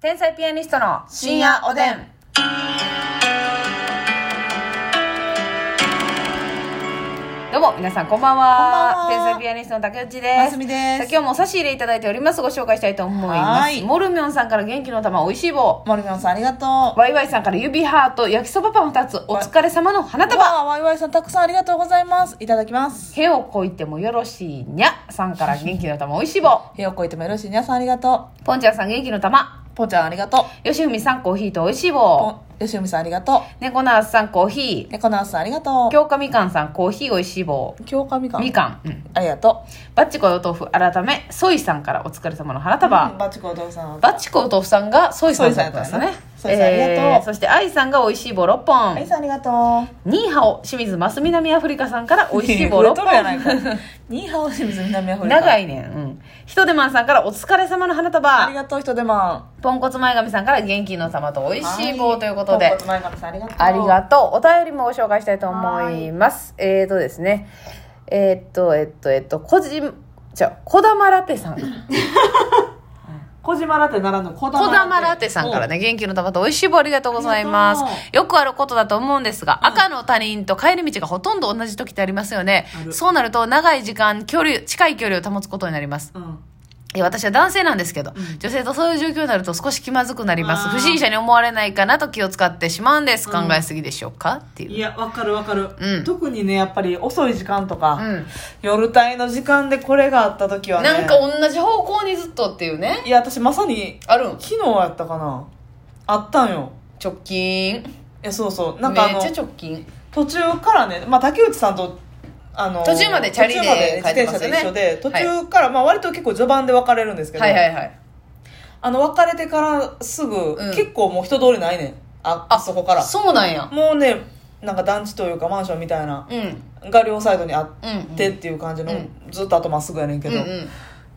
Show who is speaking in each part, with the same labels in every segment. Speaker 1: 天才ピアニストの
Speaker 2: 深夜おでん。
Speaker 1: どうも皆さんこんばんは
Speaker 2: こんばんは
Speaker 1: 天才ピアニストの竹内です
Speaker 2: ますみです
Speaker 1: さあ今日もお差し入れいただいておりますご紹介したいと思いま
Speaker 2: は
Speaker 1: す
Speaker 2: い
Speaker 1: モルミョンさんから元気の玉おいしい棒
Speaker 2: モルミョンさんありがとう。
Speaker 1: ワイワイさんから指ハート焼きそばパン2つお疲れ様の花
Speaker 2: わ
Speaker 1: 束
Speaker 2: あ、ワイワイさんたくさんありがとうございます。いただきます。
Speaker 1: へをこいてもよろしいにゃさんから元気の玉おいしい棒
Speaker 2: 火をこいてもよろしい皆さんありがと
Speaker 1: ぽんちゃんさん元気の玉
Speaker 2: う。ぽんちゃんありがとう。
Speaker 1: よしふみさんコーヒーとおいしい
Speaker 2: ぽ
Speaker 1: 棒
Speaker 2: ん、よしおみさんありがと
Speaker 1: 猫ナースさんコーヒ
Speaker 2: う。猫ナースさんありがと
Speaker 1: ー京香みかんさんコーヒーおいしい棒
Speaker 2: う。京香みかん。
Speaker 1: みかん、うん、
Speaker 2: ありがとう。
Speaker 1: バッチコお豆腐改めソイさんからお疲れ様の花束、
Speaker 2: うんバチコお父さん。
Speaker 1: バッチコお豆腐さんがソイさんだったんですね
Speaker 2: ソイさんやったよねソイさんありがとう
Speaker 1: そしてアイさんが美味しい棒6
Speaker 2: あい
Speaker 1: 本
Speaker 2: さんありがと
Speaker 1: ニーハオ清水ます南アフリカさんから
Speaker 2: う。
Speaker 1: 美味しい棒6
Speaker 2: とるやないか
Speaker 1: 本。
Speaker 2: ニーハオシムズ南アフリ カ。
Speaker 1: 長
Speaker 2: い。
Speaker 1: いねん、うん、ひとでまんさんからお疲れ様の花
Speaker 2: あり
Speaker 1: 束
Speaker 2: がとう、人でま
Speaker 1: ポンコツ前髪さんから元気の玉と美味しい棒ということで、
Speaker 2: ポンコツ前髪さんありがとう。
Speaker 1: ありがとう。お便りもご紹介したいと思います。えーとですね。えーっと、えーっと、えーっと、こじ、じゃあ、こだまラテさん。こ
Speaker 2: 小島ラテならぬ小
Speaker 1: だまラテさんから。ね、元気の玉と美味しい棒ありがとうございま
Speaker 2: ありが
Speaker 1: す。よくあることだと思うんですが、赤の他人と帰り道がほとんど同じ時ってありますよね
Speaker 2: あ。る
Speaker 1: そうなると、長い時間、距離、近い距離を保つことになります。
Speaker 2: うんうん。
Speaker 1: いや私は男性なんですけど、女性とそういう状況になると少し気まずくなります。不審者に思われないかなと気を使ってしまうんです。考えすぎでしょうかっていう。
Speaker 2: いや、わかるわかる、
Speaker 1: うん
Speaker 2: 特にね、やっぱり遅い時間とか、
Speaker 1: うん
Speaker 2: 夜帯の時間でこれがあった時はね。
Speaker 1: なんか同じ方向にずっとっていうね
Speaker 2: いや、私まさに、
Speaker 1: あるん
Speaker 2: 昨日やったかな。あったんよ。
Speaker 1: 直近
Speaker 2: え、そうそう。なんかあ
Speaker 1: め
Speaker 2: の
Speaker 1: っちゃ、直近
Speaker 2: 途中からね、まあ、竹内さんと、あの、
Speaker 1: 途中までチャリで
Speaker 2: 途中まで
Speaker 1: 帰っ
Speaker 2: 自
Speaker 1: て
Speaker 2: 転
Speaker 1: ますよ
Speaker 2: 車
Speaker 1: ね
Speaker 2: で一緒で、途中から、まあ、割と結構序盤で分かれるんですけど、
Speaker 1: はいはいはい
Speaker 2: あの、別れてからすぐ、
Speaker 1: ん
Speaker 2: 結構もう人通りないねん。あ、あそこから。
Speaker 1: そうなんや
Speaker 2: もうね、なんか団地というかマンションみたいな、
Speaker 1: うんうん
Speaker 2: が両サイドにあって、
Speaker 1: うん
Speaker 2: ってっていう感じの、
Speaker 1: うん
Speaker 2: ずっとあとまっすぐやねんけ
Speaker 1: うん
Speaker 2: ど、
Speaker 1: うんうん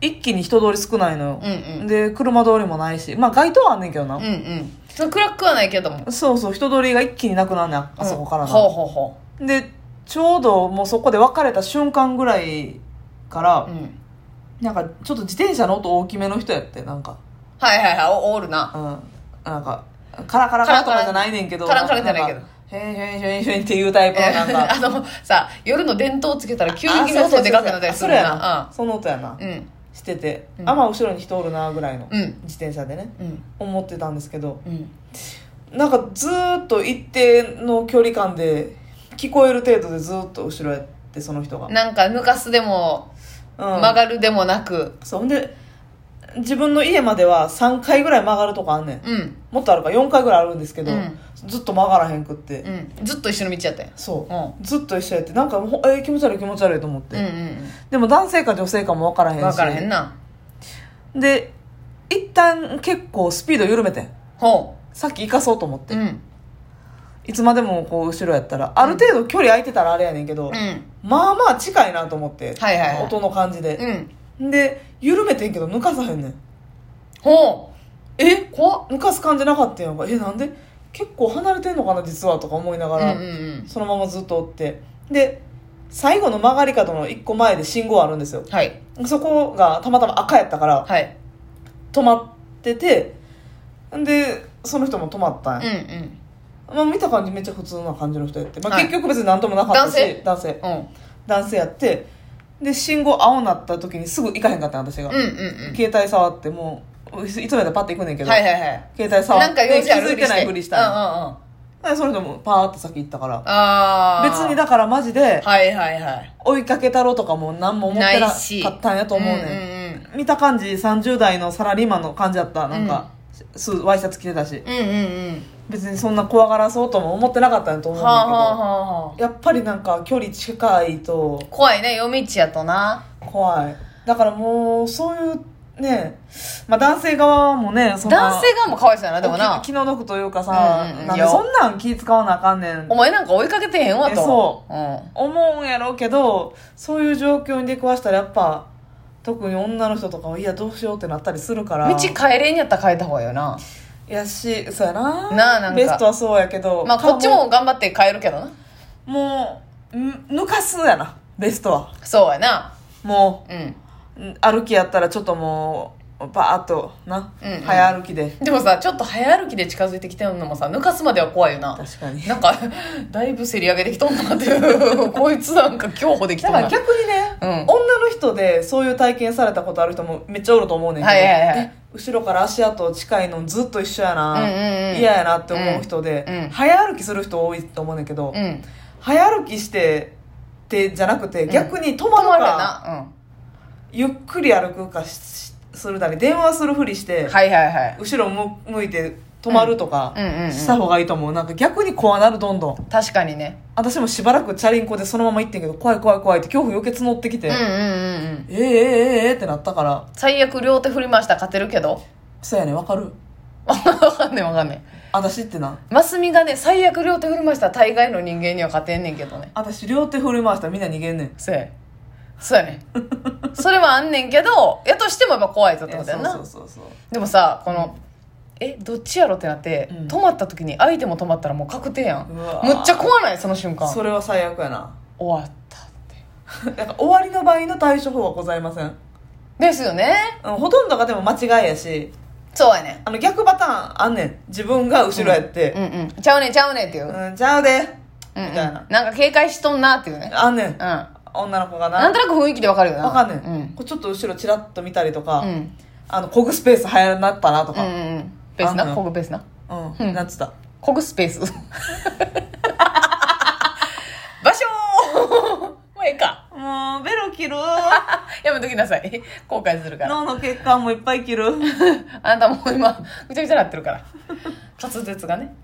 Speaker 2: 一気に人通り少ないのよ、
Speaker 1: うんうん
Speaker 2: で車通りもないしまあ街灯はあんねんけどな、
Speaker 1: うんそう暗くはないけども
Speaker 2: そうそう人通りが一気になくなんねんああそこから
Speaker 1: うん
Speaker 2: な、
Speaker 1: ほうほうほ
Speaker 2: でちょうどもうそこで別れた瞬間ぐらいから
Speaker 1: う、うん
Speaker 2: なんかちょっと自転車の音大きめの人やってなんか
Speaker 1: はいはいはいおおるな
Speaker 2: うんなんかカラカラカラとかじゃないねんけど
Speaker 1: カラカラじゃないけど
Speaker 2: んかへんへんへんへんっていうタイプのなん か
Speaker 1: あのさ夜の電灯をつけたら急に音でかくなったりするもん
Speaker 2: あそうそうそうそれやな、その音やな、
Speaker 1: うんうん
Speaker 2: してて、
Speaker 1: うん
Speaker 2: あまあ後ろに人おるなぐらいの、
Speaker 1: うん
Speaker 2: 自転車でね
Speaker 1: うん
Speaker 2: 思ってたんですけど
Speaker 1: うん
Speaker 2: なんかずーっと一定の距離感で聞こえる程度でずーっと後ろやってその人が、
Speaker 1: なんか抜かすでも
Speaker 2: うん、
Speaker 1: 曲がるでもなく
Speaker 2: そうほんで自分の家までは3回ぐらい曲がるとこあんねん
Speaker 1: うん
Speaker 2: もっとあるから4回ぐらいあるんですけど、
Speaker 1: うん
Speaker 2: ずっと曲がらへんくって、
Speaker 1: うんずっと一緒の道やったよ
Speaker 2: そう、
Speaker 1: う
Speaker 2: ずっと一緒やってなんかもう、えー気持ち悪い気持ち悪いと思って、
Speaker 1: うんうん
Speaker 2: でも男性か女性かも分からへ
Speaker 1: うんん
Speaker 2: し
Speaker 1: 分からへんな
Speaker 2: で一旦結構スピード緩めてん
Speaker 1: ほ
Speaker 2: さっき行かそうと思っ
Speaker 1: う
Speaker 2: て、
Speaker 1: うんうん
Speaker 2: いつまでもこう後ろやったらある程度距離空いてたらあれやねんけど、まあまあ近いなと思って、
Speaker 1: はいはいはい
Speaker 2: 音の感じで、
Speaker 1: うん
Speaker 2: で緩めてんけど抜かさへんねん
Speaker 1: ほう
Speaker 2: え
Speaker 1: 怖っ
Speaker 2: 抜かす感じなかったんやんかえなんで結構離れてんのかな実はとか思いな
Speaker 1: う
Speaker 2: が
Speaker 1: んう
Speaker 2: ら、
Speaker 1: んうん
Speaker 2: そのままずっと追ってで最後の曲がり角の1個前で信号あるんですよ
Speaker 1: はい
Speaker 2: そこがたまたま赤やったから
Speaker 1: はい
Speaker 2: 止まっててでその人も止まった
Speaker 1: う
Speaker 2: ん
Speaker 1: ん
Speaker 2: や、
Speaker 1: うん
Speaker 2: まあ、見た感じめっちゃ普通な感じの人やって、まあ、
Speaker 1: はい
Speaker 2: 結局別に何ともなかったし、
Speaker 1: 男性
Speaker 2: 男性
Speaker 1: うん
Speaker 2: 男性やってで信号青なった時にすぐ行かへんかったん私が、
Speaker 1: うんうん
Speaker 2: 携帯触ってもういついつまでパッて行くねんけ
Speaker 1: うん
Speaker 2: ど、
Speaker 1: はいはいはい
Speaker 2: 携帯触
Speaker 1: な
Speaker 2: っ
Speaker 1: ん
Speaker 2: て
Speaker 1: か用
Speaker 2: 気
Speaker 1: 事ある
Speaker 2: づいてないふりしたん
Speaker 1: うんうんうん
Speaker 2: やでその人もパーって先行ったから
Speaker 1: ああ
Speaker 2: 別にだからマジで
Speaker 1: はいはいはい
Speaker 2: 追いかけたろとかも何も思ってな
Speaker 1: な
Speaker 2: か
Speaker 1: いし
Speaker 2: ったんやと思うねん、
Speaker 1: ね
Speaker 2: 見た感じ30代のサラリーマンの感じやったなんか、スーワイシャツ着てたし
Speaker 1: うんうんうん
Speaker 2: 別にそんな怖がらそうとも思ってなかったんやと
Speaker 1: うん
Speaker 2: 思うん
Speaker 1: はあ
Speaker 2: だけ
Speaker 1: は
Speaker 2: ど、
Speaker 1: あはあはあ
Speaker 2: やっぱりなんか距離近いと
Speaker 1: 怖いね夜道やとな
Speaker 2: 怖いだからもうそういうね、まあ、男性側もねそんな
Speaker 1: 男性側もかわいそうやなでもな
Speaker 2: 気気の毒というかさ、
Speaker 1: うんうん
Speaker 2: なん
Speaker 1: いや
Speaker 2: でそんなん気使わなあかんねん
Speaker 1: お前なんか追いかけてへんわ
Speaker 2: え
Speaker 1: と
Speaker 2: そう
Speaker 1: うん
Speaker 2: 思うんやろうけどそういう状況に出くわしたらやっぱ特に女の人とかはいやどうしようってなったりするから
Speaker 1: 道帰れんやったら帰った方がいいよな
Speaker 2: やしそうやな
Speaker 1: なあなんか
Speaker 2: ベストはそうやけど
Speaker 1: まあ
Speaker 2: か
Speaker 1: こっちも頑張って帰るけどな
Speaker 2: もうん抜かすやなベストは
Speaker 1: そうやな
Speaker 2: も
Speaker 1: うん
Speaker 2: うん歩きやったらちょっともうバーっとな、
Speaker 1: うんうん
Speaker 2: 早歩きで
Speaker 1: でもさちょっと早歩きで近づいてきてるのもさ抜かすまでは怖いよな
Speaker 2: 確かに
Speaker 1: なんか だいぶせり上げてきとんなっていう こいつなんか競歩でき
Speaker 2: だ
Speaker 1: とん
Speaker 2: か
Speaker 1: な
Speaker 2: ら逆にね、
Speaker 1: うん
Speaker 2: 女の人でそういう体験されたことある人もめっちゃおると思うねんけど、
Speaker 1: はいはいはい
Speaker 2: え後ろから足跡近いのずっと一緒やな
Speaker 1: うん
Speaker 2: 嫌、
Speaker 1: うんうん
Speaker 2: やなって思う人で、
Speaker 1: うんうん
Speaker 2: 早歩きする人多いと思うねんけど、
Speaker 1: うん
Speaker 2: 早歩きしてってじゃなくて逆に止ま
Speaker 1: 止ま
Speaker 2: る
Speaker 1: るや
Speaker 2: か、
Speaker 1: な、
Speaker 2: ゆっくり歩くかししするなり電話するふりして、
Speaker 1: うん、はいはいはい
Speaker 2: 後ろ向向いて止まるとか
Speaker 1: うんうんうんうん
Speaker 2: した方がいいと思うなんか逆に怖なるどんどん
Speaker 1: 確かにね
Speaker 2: 私もしばらくチャリンコでそのまま行ってんけど怖い怖い怖いって恐怖よけ募ってきて、
Speaker 1: うんうんうんうん
Speaker 2: ええええええってなったから
Speaker 1: 最悪両手振りました勝てるけど
Speaker 2: そうやねんわかる
Speaker 1: わかんねんわかんねん
Speaker 2: 私ってな
Speaker 1: マスミがね最悪両手振りましたら大概の人間には勝てんねんけどね
Speaker 2: 私両手振り回したらみんな逃げんねん
Speaker 1: そうやそうやねんそれはあんねんけどやとしてもやっぱ怖いぞってことやんな
Speaker 2: そうそうそうそう
Speaker 1: でもさこのえどっちやろってなって、
Speaker 2: うん
Speaker 1: 止まった時に相手も止まったらもう確定やん
Speaker 2: うわ
Speaker 1: むっちゃ怖ないその瞬間
Speaker 2: それは最悪やな
Speaker 1: 終わったって
Speaker 2: なんか終わりの場合の対処法はございません、
Speaker 1: ですよね
Speaker 2: うん、ほとんどがでも間違いやし
Speaker 1: そうやね
Speaker 2: あの逆パターンあんねん自分が後ろやって
Speaker 1: んうんうんちゃうねんちゃうねんっていう、
Speaker 2: う
Speaker 1: うん
Speaker 2: ん、ちゃうで
Speaker 1: うん、
Speaker 2: みたいな
Speaker 1: なんか警戒しとんなっていうね
Speaker 2: あんね
Speaker 1: うん
Speaker 2: ん
Speaker 1: な
Speaker 2: 女の子が
Speaker 1: んと
Speaker 2: な
Speaker 1: なく雰囲気でわかるよな
Speaker 2: わかんねん、
Speaker 1: うん
Speaker 2: こうちょっと後ろチラッと見たりとか、
Speaker 1: うん
Speaker 2: あのコグスペース早なったなと
Speaker 1: う
Speaker 2: か
Speaker 1: んうんうんベース
Speaker 2: あん
Speaker 1: な
Speaker 2: の
Speaker 1: コグベースな
Speaker 2: うん、
Speaker 1: うん
Speaker 2: なんつった
Speaker 1: コグスペー ス場所ー もうええか
Speaker 2: もうベロ切る
Speaker 1: やめときなさい後悔するから
Speaker 2: 脳の血管もいっぱい切る
Speaker 1: あなたもう今ぐちゃぐちゃなってるから 滑舌がね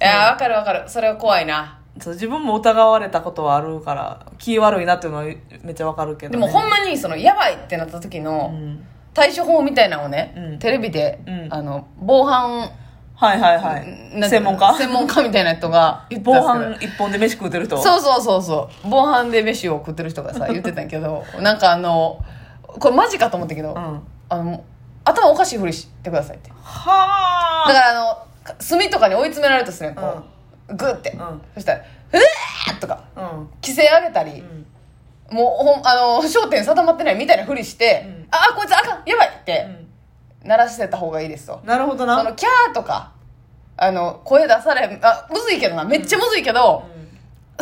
Speaker 1: いやーわかるわかるそれは怖いな
Speaker 2: そう自分も疑われたことはあるから気悪いなっていうのはめっちゃわかるけ
Speaker 1: で
Speaker 2: ど、
Speaker 1: も
Speaker 2: ね、
Speaker 1: ほんまにそのやばいってなった時
Speaker 2: う
Speaker 1: の
Speaker 2: ん
Speaker 1: 対処法みたいなのをね、
Speaker 2: うん
Speaker 1: テレビで、
Speaker 2: うん
Speaker 1: あの防犯
Speaker 2: はいはいは
Speaker 1: ないんてい
Speaker 2: 専
Speaker 1: うの
Speaker 2: 門家
Speaker 1: 専門家みたいな人 が言って
Speaker 2: 防
Speaker 1: たんです
Speaker 2: 犯
Speaker 1: けど
Speaker 2: 一本で飯食うてる人
Speaker 1: そうそうそうそう防犯で飯を食ってる人が さ言ってたんやけどなんかあのこれマジかと思ったけど、
Speaker 2: うんは
Speaker 1: あの頭おかしいふりしてくださいってだ
Speaker 2: あ
Speaker 1: からあの炭とかに追い詰められるとするやんこう、グッて、
Speaker 2: ん
Speaker 1: そしたら「うわー!」とか
Speaker 2: うん
Speaker 1: 規制上げたり、
Speaker 2: うん
Speaker 1: もうほんあの焦点定まってないみたいなふりして、
Speaker 2: うん
Speaker 1: ああこいつあかんやばいっ
Speaker 2: う
Speaker 1: て
Speaker 2: ん
Speaker 1: 鳴らしてた方がいいですと、
Speaker 2: なるほどな
Speaker 1: そのキャーとかあの声出されあむずいけどなめっちゃむずいけど、
Speaker 2: うん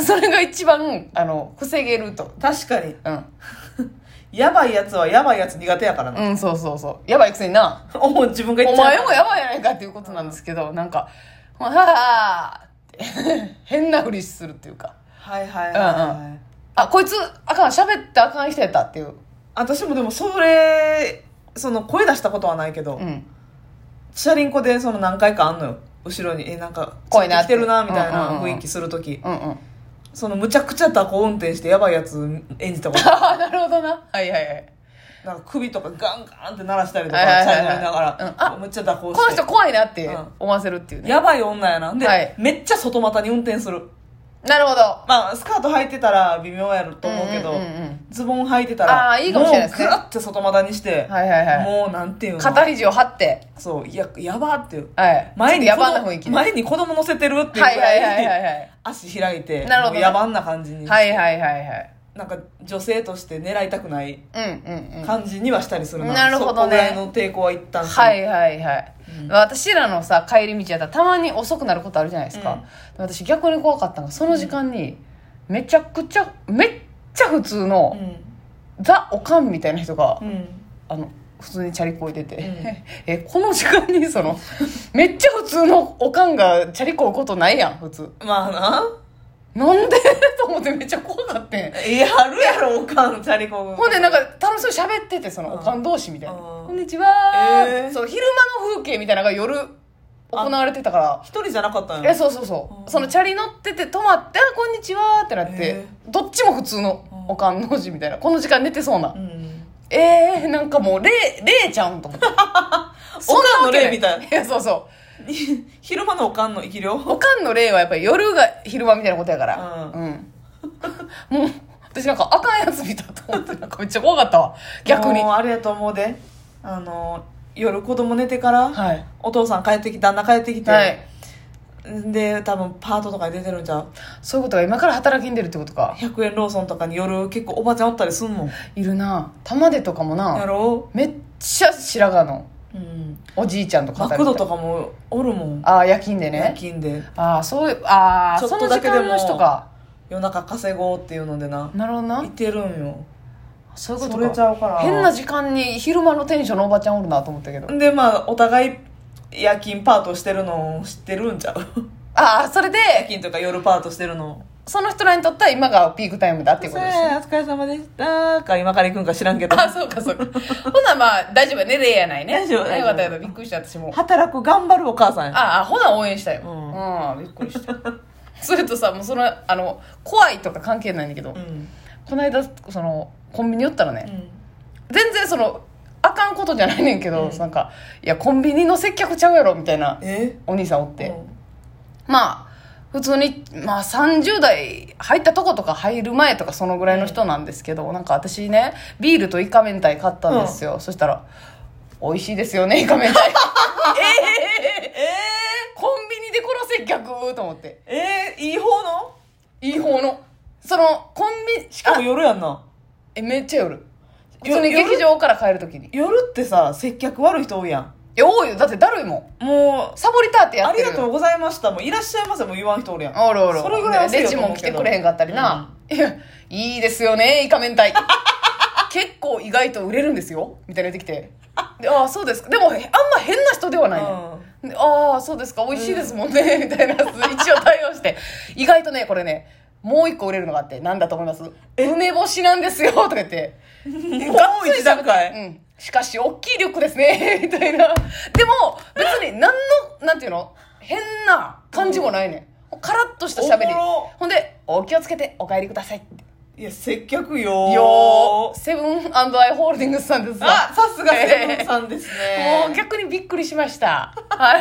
Speaker 1: それが一番あの防げると
Speaker 2: 確かに
Speaker 1: うん、
Speaker 2: やばいやつはやばいやつ苦手やからな、
Speaker 1: うん、そうそうそうやばいくせにな
Speaker 2: 思う自分が言っ
Speaker 1: お
Speaker 2: ちゃ
Speaker 1: 前
Speaker 2: う
Speaker 1: もやばいやないかっていうことなんですけど、なんか「はあ」って変なふりするっていうか
Speaker 2: はいはいはいはい、
Speaker 1: うんあこいつあかん喋ってあかん人やったっていう
Speaker 2: 私もでもそれその声出したことはないけど、
Speaker 1: うん
Speaker 2: チャリンコでその何回かあんのよ後ろにえなんか
Speaker 1: 怖いな
Speaker 2: 来
Speaker 1: って
Speaker 2: てるなみた
Speaker 1: うん
Speaker 2: い
Speaker 1: うん
Speaker 2: な
Speaker 1: うん
Speaker 2: 雰囲気する時、
Speaker 1: うんうん
Speaker 2: そのむちゃくちゃ蛇行運転してやばいやつ演じ たこと
Speaker 1: ああなるほどなはいはいはい
Speaker 2: なんか首とかガンガンって鳴らしたりとか
Speaker 1: はいはいはい
Speaker 2: チャリ乗りなが
Speaker 1: うん
Speaker 2: ら、
Speaker 1: あ
Speaker 2: むっちゃ蛇行して
Speaker 1: この人怖いなって
Speaker 2: うん
Speaker 1: 思わせるっていうね。
Speaker 2: やばい女やなで、
Speaker 1: はい
Speaker 2: めっちゃ外股に運転する
Speaker 1: なるほど。
Speaker 2: まあスカート履いてたら微妙やると思うけど、
Speaker 1: うんうんうんうん
Speaker 2: ズボン履いてたら
Speaker 1: あーいいかもしれないですね
Speaker 2: もうグラッて外股にして、
Speaker 1: はいはいはい。
Speaker 2: もうなんていうの
Speaker 1: 肩肘を張って、
Speaker 2: そういややばっていう
Speaker 1: はい。
Speaker 2: 前に
Speaker 1: ちょっ
Speaker 2: 子
Speaker 1: と野蛮
Speaker 2: 供
Speaker 1: な雰囲気で。
Speaker 2: 前に子供乗せてるっていう
Speaker 1: はい
Speaker 2: ぐ
Speaker 1: はいはいは
Speaker 2: ら
Speaker 1: い
Speaker 2: い
Speaker 1: はい。
Speaker 2: 足開いて
Speaker 1: なるほどね
Speaker 2: もう野蛮な感じに、
Speaker 1: はいはいはいはい。
Speaker 2: なんか女性として狙いたくない
Speaker 1: うんうんうん。
Speaker 2: 感じにはしたりするな、
Speaker 1: なるほどね
Speaker 2: そこぐらいの抵抗は一旦する
Speaker 1: はいはいはい。私らのさ帰り道やったらたまに遅くなることあるじゃないです
Speaker 2: うん
Speaker 1: か、で私逆に怖かったのがその時間にめちゃくちゃめっちゃ普通の、ザ・おかんみたいな人が、
Speaker 2: うん、うん、
Speaker 1: あの普通にチャリこいてて、
Speaker 2: うん
Speaker 1: えこの時間にそ のめっちゃ普通のおかんがチャリこうことないやん普通
Speaker 2: まあな
Speaker 1: なんで と思ってめっちゃ怖かってん
Speaker 2: えやるやろおかんチャリコ
Speaker 1: ほんでなんか楽しそうに喋っててその
Speaker 2: うん
Speaker 1: おかん同士みたいな「
Speaker 2: うん
Speaker 1: こんにちは」
Speaker 2: えー
Speaker 1: その昼間の風景みたいなのが夜行われてたから
Speaker 2: 一人じゃなかったん
Speaker 1: え
Speaker 2: や
Speaker 1: そうそうそう、
Speaker 2: うん
Speaker 1: そのチャリ乗ってて止まって「あこんにちは」ってなって、
Speaker 2: え
Speaker 1: どっちも普通のおかん同士みたいなこの時間寝てそうな、
Speaker 2: うん
Speaker 1: えー、なんかもうれいれいちゃうんと思ってそんなわけ
Speaker 2: おかんの霊みたい
Speaker 1: いやそうそう
Speaker 2: 昼間のおかんの生き量
Speaker 1: おかんの例はやっぱり夜が昼間みたいなことやから。
Speaker 2: う
Speaker 1: うん。 もう、私なんかあかんやつ見たと思って、なんかめっちゃ怖かったわ。逆に。
Speaker 2: もう
Speaker 1: は
Speaker 2: あれやと思うであの夜子供寝てから、
Speaker 1: い。
Speaker 2: お父さん帰ってき旦那帰ってきて、
Speaker 1: はい。
Speaker 2: で多分パートとかに出てるんじゃう
Speaker 1: そういうことが今から働きに出るってことか。
Speaker 2: 100円ローソンとかに夜結構おばちゃんおったりすんもん
Speaker 1: いるな。玉出とかも
Speaker 2: や
Speaker 1: な、
Speaker 2: ろ
Speaker 1: めっちゃ白髪の
Speaker 2: うん
Speaker 1: おじいちゃんと語
Speaker 2: マ
Speaker 1: るみたい
Speaker 2: クドとかもおるもん
Speaker 1: ああ夜勤で
Speaker 2: 夜
Speaker 1: ね
Speaker 2: 勤で
Speaker 1: ああそういうああ
Speaker 2: ちょ
Speaker 1: そ
Speaker 2: っ
Speaker 1: の
Speaker 2: と
Speaker 1: 時
Speaker 2: だけで
Speaker 1: 間
Speaker 2: も
Speaker 1: の人か
Speaker 2: 夜中稼ごうっていうのでな
Speaker 1: なるほどない
Speaker 2: てるんよ
Speaker 1: そういうこ
Speaker 2: そ
Speaker 1: と
Speaker 2: れち
Speaker 1: か
Speaker 2: ゃうから
Speaker 1: 変な時間に昼間のテンションのおばちゃんおるなと思ったけど
Speaker 2: でまあお互い夜勤パートしてるの知ってるんちゃう
Speaker 1: ああそれで
Speaker 2: 夜勤とか夜パートしてるの
Speaker 1: その人らにとっては今がピークタイムだっていうことですね
Speaker 2: お疲れ様でしたか今から行くんか知らんけど
Speaker 1: あそうかそうかほなまあ大丈夫やね例やないね
Speaker 2: 大丈夫
Speaker 1: あよかったよかったびっくりした私も
Speaker 2: 働く頑張るお母さんや
Speaker 1: ああほな応援したよ
Speaker 2: う
Speaker 1: うん、びっくりしたそれとさもうそのあの怖いとか関係ないんだけど、
Speaker 2: うん
Speaker 1: この間そのコンビニ寄ったら
Speaker 2: う
Speaker 1: ね、
Speaker 2: ん
Speaker 1: 全然そのあかんことじゃないねんけど、
Speaker 2: うん
Speaker 1: なんかいやコンビニの接客ちゃうやろみたいな
Speaker 2: え
Speaker 1: お兄さんおって、
Speaker 2: うん
Speaker 1: まあ普通に、まあ、30代入ったとことか入る前とかそのぐらいの人なんですけど、なんか私ねビールとイカ明太買ったんですよ、そしたら「美味しいですよねイカ 明太」ええコンビニでこの接客と思って
Speaker 2: えー、いい方の
Speaker 1: いい方のそのコンビ
Speaker 2: しかも夜やんな
Speaker 1: えめっちゃ夜普
Speaker 2: よ
Speaker 1: 通に劇場から帰るときに
Speaker 2: 夜ってさ接客悪い人多いや
Speaker 1: いや多いよだってだるいもん
Speaker 2: んも
Speaker 1: サボりたって
Speaker 2: う
Speaker 1: や
Speaker 2: あ
Speaker 1: って
Speaker 2: り
Speaker 1: る
Speaker 2: がとうございましたもういらっしゃいませもう言わん人おるやん
Speaker 1: おるおる
Speaker 2: それぐらいはせえ
Speaker 1: レ
Speaker 2: よ
Speaker 1: ジ
Speaker 2: と
Speaker 1: も
Speaker 2: 思う
Speaker 1: 来
Speaker 2: け
Speaker 1: て
Speaker 2: ど
Speaker 1: くれへんかったりな、いやいいですよねイカ 明太結構意外と売れるんですよみたいな言ってきてでああそうですかでもへあんま変な人ではないね、でああそうですか美味しいですもんね、みたいな一応対応して意外とねこれねもう一個売れるのがあってなんだと思います梅干しなんですよとか言って
Speaker 2: うん もう一段階
Speaker 1: うん。しかし、大きいリュックですね、 みたいな。でも、別に何の、なんていうの変な感じもないねん。カラッとした喋り。
Speaker 2: おもろ
Speaker 1: ほんで、お気をつけてお帰りくださいって。
Speaker 2: いや接客よ
Speaker 1: よー、セブンアイ・ホールディングスさんですわ
Speaker 2: あさすがセブンさんですね
Speaker 1: もう逆にびっくりしました。はい、